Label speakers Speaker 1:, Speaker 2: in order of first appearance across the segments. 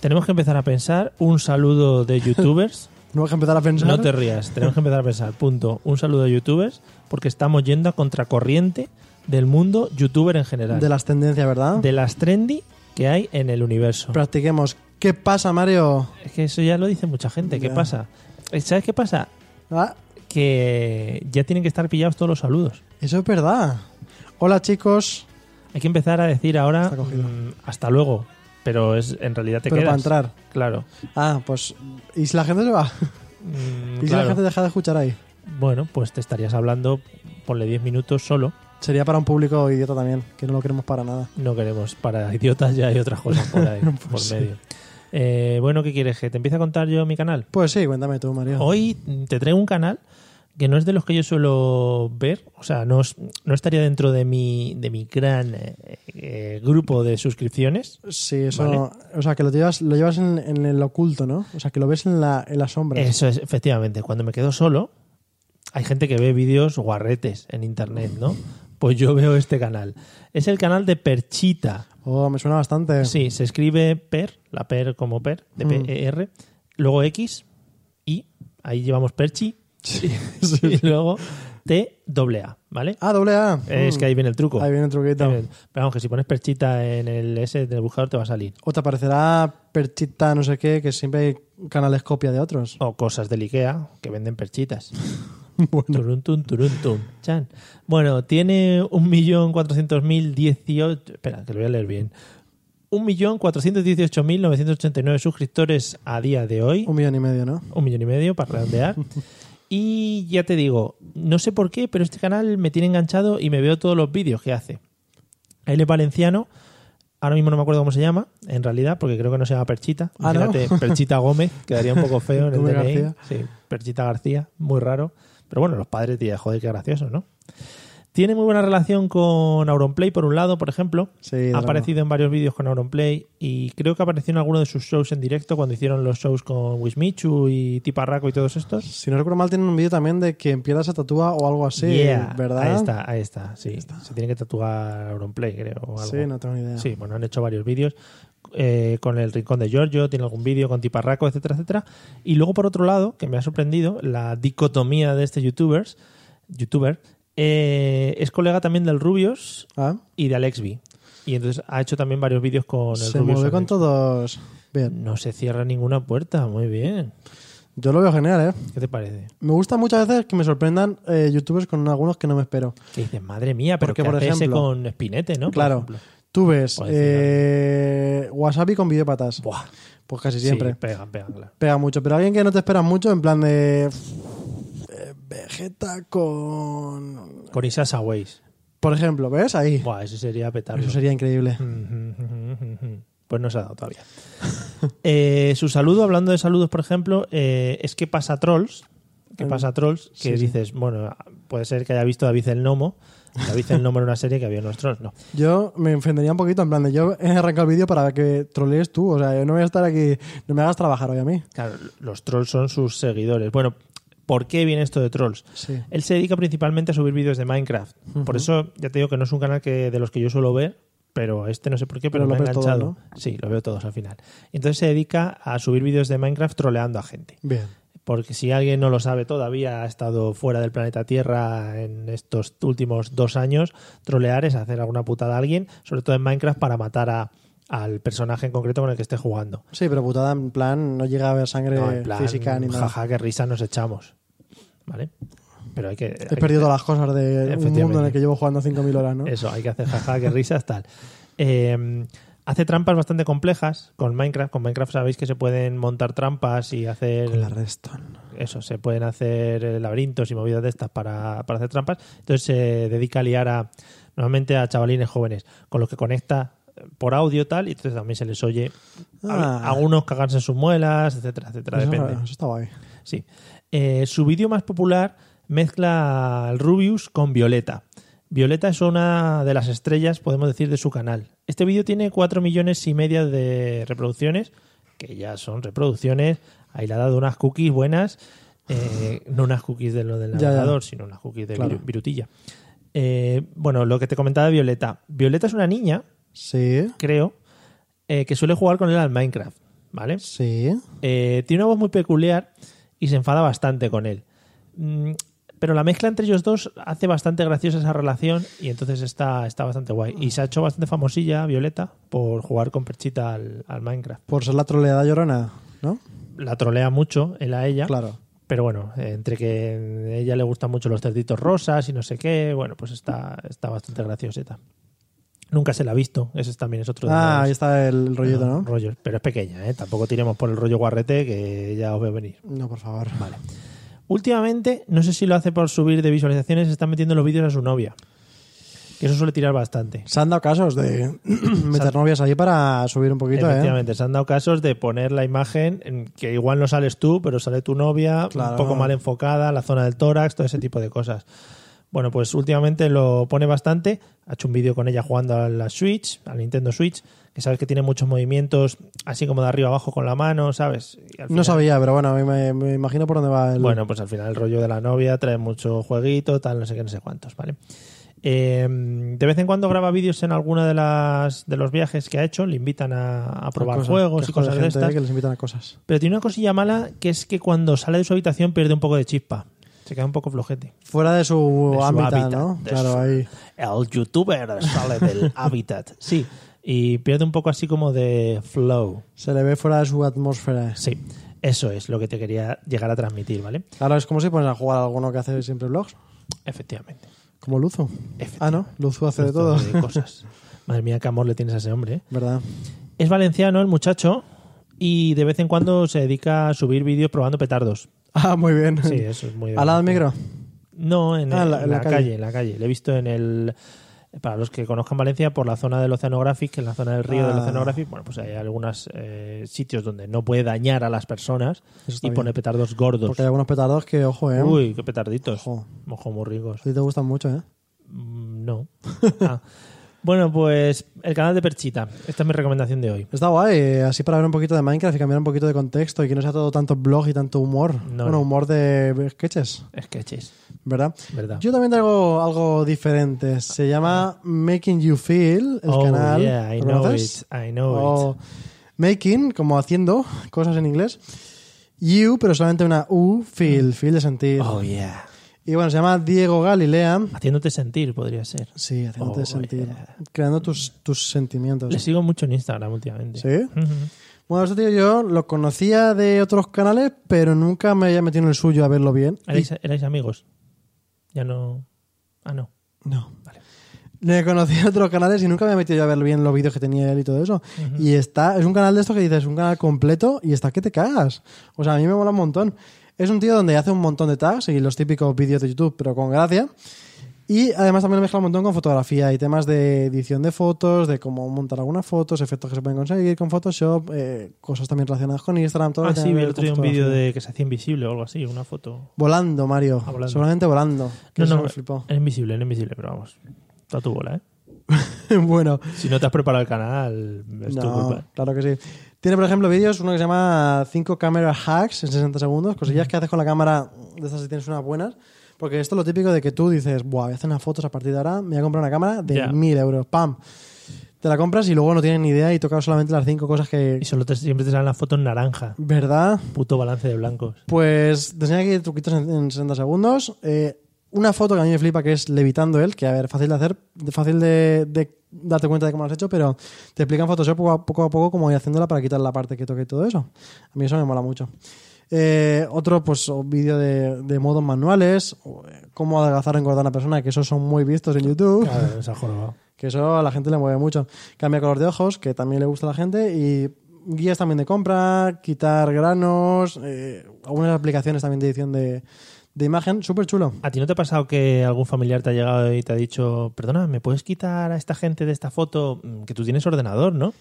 Speaker 1: Tenemos que empezar a pensar un saludo de youtubers.
Speaker 2: Tenemos que empezar a pensar.
Speaker 1: No te rías, tenemos que empezar a pensar. Punto. Un saludo de youtubers porque estamos yendo a contracorriente del mundo youtuber en general.
Speaker 2: De las tendencias, ¿verdad?
Speaker 1: De las trendy que hay en el universo.
Speaker 2: Practiquemos. ¿Qué pasa, Mario?
Speaker 1: Es que eso ya lo dice mucha gente. ¿Qué
Speaker 2: Ya.
Speaker 1: pasa? Eh, ¿Sabes qué pasa?
Speaker 2: Ah,
Speaker 1: Que ya tienen que estar pillados todos los saludos.
Speaker 2: eso es verdad. Hola, chicos.
Speaker 1: Hay que empezar a decir ahora
Speaker 2: Está cogido.
Speaker 1: mm, hasta luego. Pero es en realidad te
Speaker 2: Pero
Speaker 1: quedas.
Speaker 2: para entrar.
Speaker 1: Claro.
Speaker 2: Ah, pues. ¿Y si la gente se va?
Speaker 1: Mm,
Speaker 2: ¿Y si la
Speaker 1: claro.
Speaker 2: gente deja de escuchar ahí?
Speaker 1: Bueno, pues te estarías hablando, ponle 10 minutos solo.
Speaker 2: Sería para un público idiota también, que no lo queremos para nada.
Speaker 1: No queremos. Para idiotas ya hay otras cosas por ahí,
Speaker 2: Pues
Speaker 1: por
Speaker 2: sí.
Speaker 1: medio. Eh, bueno, ¿qué quieres? ¿Que te empiece a contar yo mi canal?
Speaker 2: Pues sí, cuéntame tú, Mario.
Speaker 1: Hoy te traigo un canal que no es de los que yo suelo ver, o sea, no, es- no estaría dentro de mi, de mi gran eh, eh, grupo de suscripciones.
Speaker 2: Sí, eso.
Speaker 1: Vale.
Speaker 2: O sea, que lo llevas, lo llevas en, en el oculto, ¿no? O sea, que lo ves en la, en la sombra.
Speaker 1: Eso es, efectivamente, cuando me quedo solo, hay gente que ve vídeos guarretes en internet, ¿no? Pues yo veo este canal. Es el canal de Perchita.
Speaker 2: Oh, me suena bastante.
Speaker 1: Sí, se escribe per, la per como per, de
Speaker 2: Mm.
Speaker 1: P-E-R, luego X, y ahí llevamos Perchi,
Speaker 2: Sí.
Speaker 1: y luego T, doble A, ¿vale?
Speaker 2: Ah, doble A.
Speaker 1: Es
Speaker 2: Mm.
Speaker 1: que ahí viene el truco. Eh,
Speaker 2: Ahí viene el truquito.
Speaker 1: Pero vamos, que si pones perchita en el S del buscador te va a salir.
Speaker 2: O te aparecerá perchita, no sé qué, que siempre hay canales copia de otros.
Speaker 1: O cosas del IKEA que venden perchitas.
Speaker 2: Bueno.
Speaker 1: Turun, tun, turun, tun, chan. Bueno, tiene 1.400.018. Espera, que lo voy a leer bien. 1.418.989 suscriptores a día de hoy.
Speaker 2: Un millón y medio, ¿no?
Speaker 1: Un millón y medio para redondear. Y ya te digo, no sé por qué, pero este canal me tiene enganchado y me veo todos los vídeos que hace. Él es valenciano, ahora mismo no me acuerdo cómo se llama, en realidad, porque creo que no se llama Perchita.
Speaker 2: Ah, ¿no?
Speaker 1: Imagínate, Perchita Gómez, quedaría un poco feo en el
Speaker 2: Gómez
Speaker 1: DNI.
Speaker 2: García.
Speaker 1: Sí, Perchita García, muy raro. Pero bueno, los padres, tía, joder, qué gracioso, ¿no? Tiene muy buena relación con Auronplay, por un lado, por ejemplo.
Speaker 2: Sí,
Speaker 1: ha
Speaker 2: drama.
Speaker 1: aparecido en varios vídeos con Auronplay y creo que apareció en alguno de sus shows en directo cuando hicieron los shows con Wismichu y Tiparraco y todos estos.
Speaker 2: Si no recuerdo mal, tienen un vídeo también de que en piedra se tatúa o algo así,
Speaker 1: Yeah.
Speaker 2: ¿verdad?
Speaker 1: Ahí está, ahí está. Sí, se tiene que tatuar Auronplay, creo. O algo.
Speaker 2: Sí, no tengo ni idea.
Speaker 1: Sí, bueno, han hecho varios vídeos eh, con el Rincón de Giorgio, tiene algún vídeo con Tiparraco, etcétera, etcétera. Y luego, por otro lado, que me ha sorprendido, la dicotomía de este youtubers, youtuber, eh, es colega también del Rubios
Speaker 2: Ah,
Speaker 1: y de Alexby. Y entonces ha hecho también varios vídeos con el
Speaker 2: se
Speaker 1: Rubius
Speaker 2: mueve con
Speaker 1: Alexby.
Speaker 2: todos. Bien.
Speaker 1: No se cierra ninguna puerta, muy bien.
Speaker 2: Yo lo veo genial, ¿eh?
Speaker 1: ¿Qué te parece?
Speaker 2: Me gusta muchas veces que me sorprendan eh, youtubers con algunos que no me espero.
Speaker 1: Que dices, madre mía, pero
Speaker 2: Porque,
Speaker 1: que
Speaker 2: por
Speaker 1: hace ese
Speaker 2: ejemplo-
Speaker 1: con Spinete, ¿no? Por
Speaker 2: Claro.
Speaker 1: ejemplo.
Speaker 2: Tú ves
Speaker 1: Por decir
Speaker 2: eh, wasabi con videopatas.
Speaker 1: Buah.
Speaker 2: Pues casi
Speaker 1: Sí,
Speaker 2: siempre.
Speaker 1: pegan, pegan, claro.
Speaker 2: Pega mucho. Pero alguien que no te espera mucho, en plan de. eh, Vegeta con.
Speaker 1: Con Isasa Ways.
Speaker 2: Por ejemplo, ¿ves? Ahí.
Speaker 1: Buah, Mm. eso sería petarlo.
Speaker 2: Eso sería increíble.
Speaker 1: Pues no se ha dado todavía. Eh, su saludo, hablando de saludos, por ejemplo, eh, es que pasa trolls. Que pasa trolls, que
Speaker 2: Ah, Sí, sí.
Speaker 1: dices, bueno, puede ser que haya visto David el Nomo. David el Nomo era una serie que había unos trolls, no.
Speaker 2: Yo me ofendería un poquito, en plan de. Yo he arrancado el vídeo para que trolees tú. O sea, yo no voy a estar aquí. No me hagas trabajar hoy a mí.
Speaker 1: Claro, los trolls son sus seguidores. Bueno, ¿por qué viene esto de trolls?
Speaker 2: Sí.
Speaker 1: Él se dedica principalmente a subir vídeos de Minecraft. Por eso ya te digo que no es un canal que, de los que yo suelo ver, pero este no sé por qué, pero,
Speaker 2: Pero
Speaker 1: me
Speaker 2: lo
Speaker 1: ha
Speaker 2: ves todo,
Speaker 1: enganchado. Sí, lo veo todos al final. Entonces se dedica a subir vídeos de Minecraft troleando a gente.
Speaker 2: Bien.
Speaker 1: Porque si alguien no lo sabe todavía, ha estado fuera del planeta Tierra en estos últimos dos años, trolear es hacer alguna putada a alguien, sobre todo en Minecraft, para matar a- al personaje en concreto con el que esté jugando.
Speaker 2: Sí, pero putada, en plan, no llega a haber sangre
Speaker 1: No, en plan,
Speaker 2: física ni nada.
Speaker 1: jaja, qué risa nos echamos. ¿Vale? Pero hay que. hay
Speaker 2: He
Speaker 1: que-
Speaker 2: perdido todas las cosas de un
Speaker 1: Efectivamente.
Speaker 2: mundo en el que llevo jugando 5.000 hoauras, ¿no?
Speaker 1: Eso, hay que hacer jaja, qué risas, tal. Eh, hace trampas bastante complejas con Minecraft. Con Minecraft sabéis que se pueden montar trampas y hacer
Speaker 2: Con la Redstone.
Speaker 1: eso, se pueden hacer eh, laberintos y movidas de estas para, para hacer trampas. Entonces se dedica a liar a normalmente a chavalines jóvenes, con los que conecta eh, por audio tal, y entonces también se les oye a-
Speaker 2: Ah.
Speaker 1: algunos cagarse en sus muelas, etcétera, etcétera,
Speaker 2: Eso,
Speaker 1: depende.
Speaker 2: eso está guay.
Speaker 1: Sí. Eh, su vídeo más popular mezcla al Rubius con Violeta. Violeta es una de las estrellas, podemos decir, de su canal. Este vídeo tiene 4 millones y media de reproducciones, que ya son reproducciones. Ahí le ha dado unas cookies buenas, eh, no unas cookies de lo del
Speaker 2: Ya, ya.
Speaker 1: navegador, sino unas cookies de
Speaker 2: Claro.
Speaker 1: viru- virutilla. Eh, bueno, lo que te comentaba de Violeta. Violeta es una niña,
Speaker 2: Sí,
Speaker 1: creo, eh, que suele jugar con él al Minecraft, ¿vale?
Speaker 2: sí.
Speaker 1: Eh, tiene una voz muy peculiar y se enfada bastante con él. Mm, pero la mezcla entre ellos dos hace bastante graciosa esa relación y entonces está, está bastante guay. Y se ha hecho bastante famosilla, Violeta, por jugar con Perchita al, al Minecraft.
Speaker 2: Por ser la troleada llorona, ¿no?
Speaker 1: La trolea mucho, él a ella.
Speaker 2: Claro.
Speaker 1: Pero bueno, eh, entre que a ella le gustan mucho los cerditos rosas y no sé qué, bueno, pues está, está bastante gracioseta. Nunca se la ha visto, ese es- también es otro de
Speaker 2: Ah,
Speaker 1: los-
Speaker 2: ahí está el rollito,
Speaker 1: bueno,
Speaker 2: ¿no?
Speaker 1: rollos. Pero es pequeña, ¿eh? Tampoco tiremos por el rollo guarrete que ya os veo venir.
Speaker 2: No, por favor.
Speaker 1: Vale. Últimamente, no sé si lo hace por subir de visualizaciones, está metiendo los vídeos a su novia. Que eso suele tirar bastante.
Speaker 2: Se han dado casos de meter novias ahí para subir un poquito, ¿eh?
Speaker 1: Efectivamente, se han dado casos de poner la imagen en que igual no sales tú, pero sale tu novia,
Speaker 2: Claro.
Speaker 1: un poco mal enfocada, la zona del tórax, todo ese tipo de cosas. Bueno, pues últimamente lo pone bastante. Ha hecho un vídeo con ella jugando a la Switch, al Nintendo Switch, que sabes que tiene muchos movimientos, así como de arriba abajo con la mano, ¿sabes? Y al
Speaker 2: No
Speaker 1: final-
Speaker 2: sabía, pero bueno, me, me imagino por dónde va el...
Speaker 1: Bueno, pues al final el rollo de la novia trae mucho jueguito, tal, no sé qué, no sé cuántos, ¿vale? Eh, de vez en cuando graba vídeos en alguna de las de los viajes que ha hecho, le invitan a, a probar
Speaker 2: cosas,
Speaker 1: juegos y
Speaker 2: quejo de
Speaker 1: cosas de
Speaker 2: gente, ¿eh?
Speaker 1: estas.
Speaker 2: Que les invitan a cosas.
Speaker 1: Pero tiene una cosilla mala que es que cuando sale de su habitación pierde un poco de chispa. Se queda un poco flojete.
Speaker 2: Fuera de su,
Speaker 1: De su
Speaker 2: ámbito,
Speaker 1: hábitat,
Speaker 2: ¿no?
Speaker 1: de
Speaker 2: Claro,
Speaker 1: su-
Speaker 2: ahí.
Speaker 1: El youtuber sale del hábitat. Sí. Y pierde un poco así como de flow.
Speaker 2: Se le ve fuera de su atmósfera.
Speaker 1: Sí. Eso es lo que te quería llegar a transmitir, ¿vale?
Speaker 2: Claro, es como si pones a jugar a alguno que hace siempre vlogs.
Speaker 1: Efectivamente.
Speaker 2: Como Luzu.
Speaker 1: Efectivamente.
Speaker 2: Ah, no, Luzu hace de todo.
Speaker 1: Hace de cosas. Madre mía, qué amor le tienes a ese hombre, ¿eh?
Speaker 2: ¿Verdad?
Speaker 1: Es valenciano el muchacho y de vez en cuando se dedica a subir vídeos probando petardos.
Speaker 2: Ah, muy bien.
Speaker 1: Sí, eh, eso es muy
Speaker 2: Al lado del
Speaker 1: divertido.
Speaker 2: micro.
Speaker 1: No, en, el-
Speaker 2: Ah, en la-
Speaker 1: en la, calle. en la calle. Le he visto en el para los que conozcan Valencia por la zona del Oceanographic, en la zona del río del
Speaker 2: Ah.
Speaker 1: Oceanographic, bueno, pues hay algunos sitios donde no puede dañar a las personas
Speaker 2: Eso está
Speaker 1: y pone
Speaker 2: bien.
Speaker 1: petardos gordos.
Speaker 2: Porque hay algunos petardos que, ojo, ¿eh?
Speaker 1: Uy, qué petarditos.
Speaker 2: Ojo.
Speaker 1: Mojo muy ricos.
Speaker 2: A ti te gustan mucho, ¿eh?
Speaker 1: Mm, No. Ah. Bueno, pues el canal de Perchita. Esta es mi recomendación de hoy.
Speaker 2: Está guay, eh, así para ver un poquito de Minecraft y cambiar un poquito de contexto y que no sea todo tanto blog y tanto humor.
Speaker 1: No,
Speaker 2: bueno,
Speaker 1: no.
Speaker 2: humor de sketches,
Speaker 1: Sketches,
Speaker 2: ¿verdad?
Speaker 1: ¿verdad?
Speaker 2: Yo también traigo algo diferente. Se llama Making You Feel, el
Speaker 1: Ah. oh,
Speaker 2: canal.
Speaker 1: yeah, I
Speaker 2: ¿Lo
Speaker 1: know
Speaker 2: conoces? Oh,
Speaker 1: it. I know it.
Speaker 2: O making, como haciendo cosas en inglés. You, pero solamente una U, feel, feel de sentir.
Speaker 1: Oh, yeah.
Speaker 2: Y bueno, se llama Diego Galilea.
Speaker 1: Haciéndote sentir, podría ser.
Speaker 2: Sí, haciéndote
Speaker 1: Oh,
Speaker 2: sentir.
Speaker 1: yeah.
Speaker 2: Creando tus, tus sentimientos.
Speaker 1: Le sigo mucho en Instagram últimamente.
Speaker 2: ¿Sí?
Speaker 1: Ujú.
Speaker 2: Bueno, este tío yo lo conocía de otros canales, pero nunca me había metido en el suyo a verlo bien. Y-
Speaker 1: ¿Erais, erais amigos? Ya no. Ah, no.
Speaker 2: No. Le conocía de otros canales y nunca me había metido yo a ver bien los vídeos que tenía él y todo eso. Y está, es un canal de estos que dices, un canal completo y está que te cagas. O sea, a mí me mola un montón. Es un tío donde hace un montón de tags y los típicos vídeos de YouTube, pero con gracia. Y además también lo mezcla un montón con fotografía y temas de edición de fotos, de cómo montar algunas fotos, efectos que se pueden conseguir con Photoshop, eh, cosas también relacionadas con Instagram, todo lo
Speaker 1: Ah,
Speaker 2: que
Speaker 1: sí,
Speaker 2: tenga que
Speaker 1: vi el
Speaker 2: ver
Speaker 1: otro día un
Speaker 2: con
Speaker 1: vídeo
Speaker 2: fotografía.
Speaker 1: de que se hacía invisible o algo así, una foto.
Speaker 2: Volando, Mario.
Speaker 1: Ah, volando.
Speaker 2: Solamente volando. Que
Speaker 1: No,
Speaker 2: eso
Speaker 1: no,
Speaker 2: me flipó.
Speaker 1: era invisible, era invisible, pero vamos. Está tu bola, ¿eh?
Speaker 2: bueno,
Speaker 1: Si no te has preparado el canal, es tu
Speaker 2: no,
Speaker 1: culpa.
Speaker 2: claro que sí. Tiene, por ejemplo, vídeos, uno que se llama 5 camera hacks en 60 segundos, cosillas que haces con la cámara, de estas si tienes unas buenas. Porque esto es lo típico de que tú dices, Buah, voy a hacer unas fotos a partir de ahora, me voy a comprar una cámara de
Speaker 1: Ya.
Speaker 2: 1000 euros, ¡pam! Te la compras y luego no tienes ni idea y tocas solamente las 5 cosas que...
Speaker 1: Y solo te- siempre te salen las fotos en naranja.
Speaker 2: ¿Verdad?
Speaker 1: Puto balance de blancos.
Speaker 2: Pues te enseño aquí truquitos en, en 60 segundos. Eh, una foto que a mí me flipa que es levitando él, que a ver, fácil de hacer, de- fácil de, de darte cuenta de cómo lo has hecho, pero te explican Photoshop poco a poco, a poco cómo ir haciéndola para quitar la parte que toque y todo eso. A mí eso me mola mucho. Eh, otro, pues, o vídeo de, de modos manuales, o, eh, cómo adelgazar o engordar a una persona, que esos son muy vistos en YouTube.
Speaker 1: Claro, se ha jorobado.
Speaker 2: Que eso a la gente le mueve mucho. Cambia color de ojos, que también le gusta a la gente. Y guías también de compra, quitar granos, eh, algunas aplicaciones también de edición de, de imagen. Súper chulo.
Speaker 1: ¿A ti no te ha pasado que algún familiar te ha llegado y te ha dicho, perdona, ¿me puedes quitar a esta gente de esta foto? Mm, Que tú tienes ordenador, ¿no?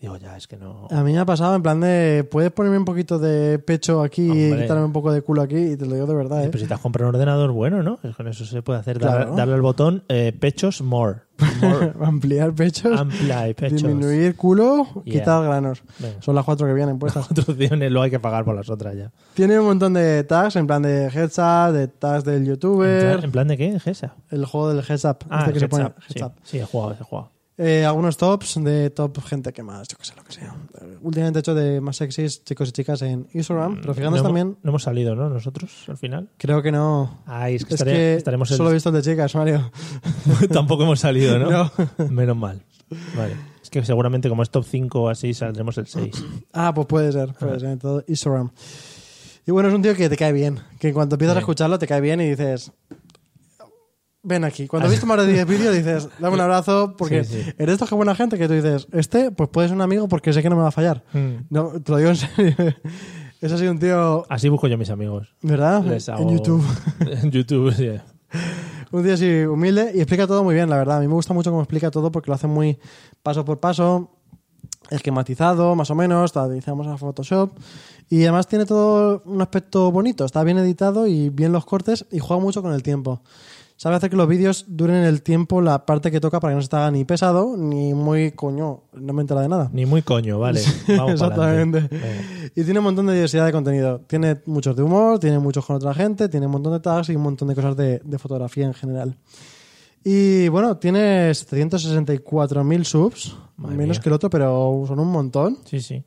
Speaker 1: Digo, ya, es que no.
Speaker 2: A mí me ha pasado en plan de, puedes ponerme un poquito de pecho aquí y
Speaker 1: Hombre.
Speaker 2: quitarme un poco de culo aquí y te lo digo de verdad. ¿eh?
Speaker 1: Pero si te has comprado un ordenador bueno, ¿no? Con eso se puede hacer. dar-
Speaker 2: Claro.
Speaker 1: darle al botón eh, pechos more. More.
Speaker 2: Ampliar pechos,
Speaker 1: Amplia pechos.
Speaker 2: disminuir culo,
Speaker 1: Yeah.
Speaker 2: quitar granos.
Speaker 1: Venga.
Speaker 2: Son las cuatro que vienen puestas.
Speaker 1: Cuatro opciones, luego hay que pagar por las otras ya.
Speaker 2: Tiene un montón de tags, en plan de headshot, de tags del
Speaker 1: ¿En
Speaker 2: youtuber,
Speaker 1: plan- ¿En plan de qué? ¿Es esa?
Speaker 2: el juego del headshot.
Speaker 1: Ah,
Speaker 2: este Pues que se
Speaker 1: Heads
Speaker 2: pone
Speaker 1: Up, sí.
Speaker 2: heads up.
Speaker 1: Sí, he jugado, he jugado.
Speaker 2: Eh, algunos tops de top gente que más, yo que sé, lo que sea. Eh, Últimamente he hecho de más sexys chicos y chicas en Instagram, pero
Speaker 1: Mm, No
Speaker 2: fijándonos
Speaker 1: hemos-
Speaker 2: también,
Speaker 1: No hemos salido, ¿no? Nosotros, al final.
Speaker 2: creo que no.
Speaker 1: Ay, es que,
Speaker 2: Es
Speaker 1: estaré-
Speaker 2: que
Speaker 1: estaremos en-
Speaker 2: solo he visto el de chicas, Mario.
Speaker 1: Tampoco hemos salido, ¿no?
Speaker 2: No.
Speaker 1: Menos mal. Vale. Es que seguramente como es top 5 o así saldremos el 6.
Speaker 2: Ah, pues puede ser, puede ser, en todo Instagram. Y bueno, es un tío que te cae bien, que en cuanto empiezas a
Speaker 1: Sí.
Speaker 2: escucharlo te cae bien y dices, ven aquí. Cuando has visto más de 10 vídeos dices, dame un abrazo, porque
Speaker 1: Sí, sí.
Speaker 2: eres de que buena gente que tú dices, este, pues puede ser un amigo porque sé que no me va a fallar. No, te lo digo en serio. Es así un tío,
Speaker 1: Así busco yo a mis amigos.
Speaker 2: ¿verdad?
Speaker 1: Les hago-
Speaker 2: Ah, En YouTube.
Speaker 1: en YouTube, sí.
Speaker 2: Un tío así humilde y explica todo muy bien, la verdad. A mí me gusta mucho cómo explica todo porque lo hace muy paso por paso, esquematizado, más o menos, está utilizamos a Photoshop. Y además tiene todo un aspecto bonito, está bien editado y bien los cortes y juega mucho con el tiempo. Sabe hacer que los vídeos duren el tiempo, la parte que toca, para que no se te haga ni pesado ni muy coño, no me entera de nada.
Speaker 1: Ni muy coño, vale. Vamos
Speaker 2: Exactamente.
Speaker 1: pa'lante. Venga.
Speaker 2: Y tiene un montón de diversidad de contenido. Tiene muchos de humor, tiene muchos con otra gente, tiene un montón de tags y un montón de cosas de, de fotografía en general. Y bueno, tiene 764.000 subs,
Speaker 1: Madre
Speaker 2: menos
Speaker 1: mía.
Speaker 2: que el otro, pero son un montón.
Speaker 1: Sí, sí.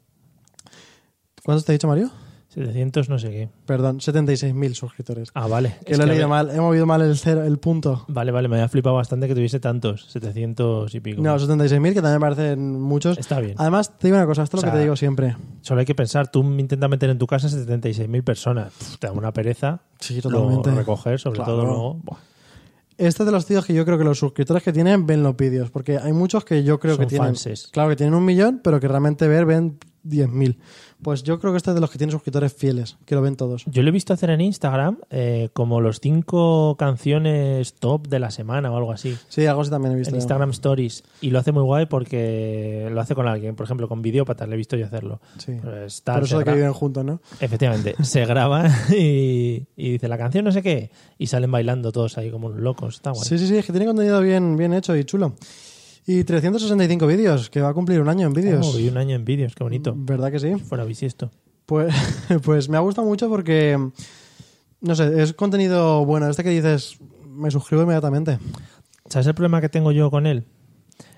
Speaker 2: ¿Cuántos te he dicho, Mario?
Speaker 1: 700 no sé qué.
Speaker 2: Perdón, 76.000 suscriptores.
Speaker 1: Ah, vale.
Speaker 2: Que
Speaker 1: Es
Speaker 2: lo he
Speaker 1: que
Speaker 2: leído
Speaker 1: había-
Speaker 2: mal, he movido mal el, cero, el punto.
Speaker 1: Vale, vale. Me había flipado bastante que tuviese tantos. 700 y pico.
Speaker 2: No, Ah. 76.000, que también me parecen muchos.
Speaker 1: Está bien.
Speaker 2: Además, te digo una cosa, esto es
Speaker 1: O
Speaker 2: lo
Speaker 1: sea,
Speaker 2: que te digo siempre.
Speaker 1: Solo hay que pensar, tú intentas meter en tu casa 76.000 personas. Pff, te da una pereza.
Speaker 2: Sí,
Speaker 1: Luego
Speaker 2: totalmente.
Speaker 1: recoger, sobre
Speaker 2: Claro.
Speaker 1: todo luego. Buah,
Speaker 2: Este es de los tíos que yo creo que los suscriptores que tienen ven los vídeos, porque hay muchos que yo creo
Speaker 1: Son
Speaker 2: que tienen.
Speaker 1: fanses.
Speaker 2: Claro, que tienen un millón, pero que realmente ver ven 10.000. Pues yo creo que este es de los que tienen suscriptores fieles, que lo ven todos.
Speaker 1: Yo lo he visto hacer en Instagram eh, como los cinco canciones top de la semana o algo así.
Speaker 2: Sí, algo así también he visto.
Speaker 1: En
Speaker 2: yo.
Speaker 1: Instagram Stories. Y lo hace muy guay porque lo hace con alguien. Por ejemplo, con Videópatas le he visto yo hacerlo.
Speaker 2: Sí.
Speaker 1: Pues tal,
Speaker 2: Por eso
Speaker 1: se
Speaker 2: de que
Speaker 1: gra-
Speaker 2: viven juntos, ¿no?
Speaker 1: Ah, Efectivamente. se graba y, y dice la canción no sé qué. Y salen bailando todos ahí como unos locos. Está guay.
Speaker 2: Sí, sí, sí, es que tiene contenido bien, bien hecho y chulo. Y 365 vídeos, que va a cumplir un año en vídeos. Mm.
Speaker 1: Oh, y un año en vídeos. Qué bonito.
Speaker 2: ¿Verdad que sí?
Speaker 1: Fuera bisiesto.
Speaker 2: Pues, pues me ha gustado mucho porque, no sé, es contenido bueno. Este que dices, me suscribo inmediatamente.
Speaker 1: ¿Sabes el problema que tengo yo con él?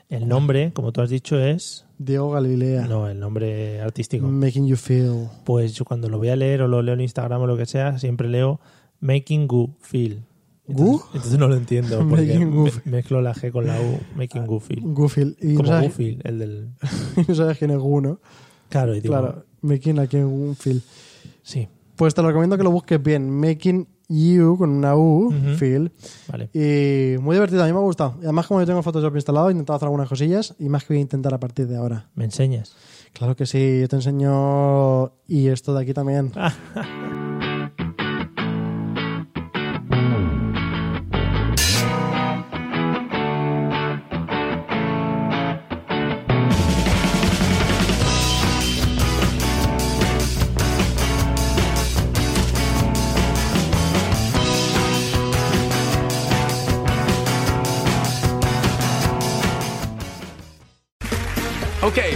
Speaker 1: El nombre, como tú has dicho, es...
Speaker 2: Diego Galilea.
Speaker 1: No, el nombre artístico.
Speaker 2: Making you feel.
Speaker 1: Pues yo cuando lo voy a leer o lo leo en Instagram o lo que sea, siempre leo Making Goo Feel. Entonces,
Speaker 2: ¿Gu?
Speaker 1: entonces no lo entiendo porque
Speaker 2: Making Goo
Speaker 1: me-
Speaker 2: Feel.
Speaker 1: mezclo la G con la U. Making Goo Feel.
Speaker 2: Goofy. Y no
Speaker 1: Como Goo
Speaker 2: sabes,
Speaker 1: Feel, el del...
Speaker 2: no sabes quién es Gu, ¿no?
Speaker 1: Claro, y digo,
Speaker 2: Claro, Making aquí en Goofy.
Speaker 1: sí,
Speaker 2: Pues te lo recomiendo que lo busques bien. Making You con una U,
Speaker 1: Ujú.
Speaker 2: Phil.
Speaker 1: vale.
Speaker 2: Y muy divertido, a mí me ha gustado. Y además, como yo tengo Photoshop instalado, he intentado hacer algunas cosillas y más que voy a intentar a partir de ahora.
Speaker 1: ¿Me enseñas?
Speaker 2: Claro que sí, yo te enseño. Y esto de aquí también.
Speaker 3: Okay,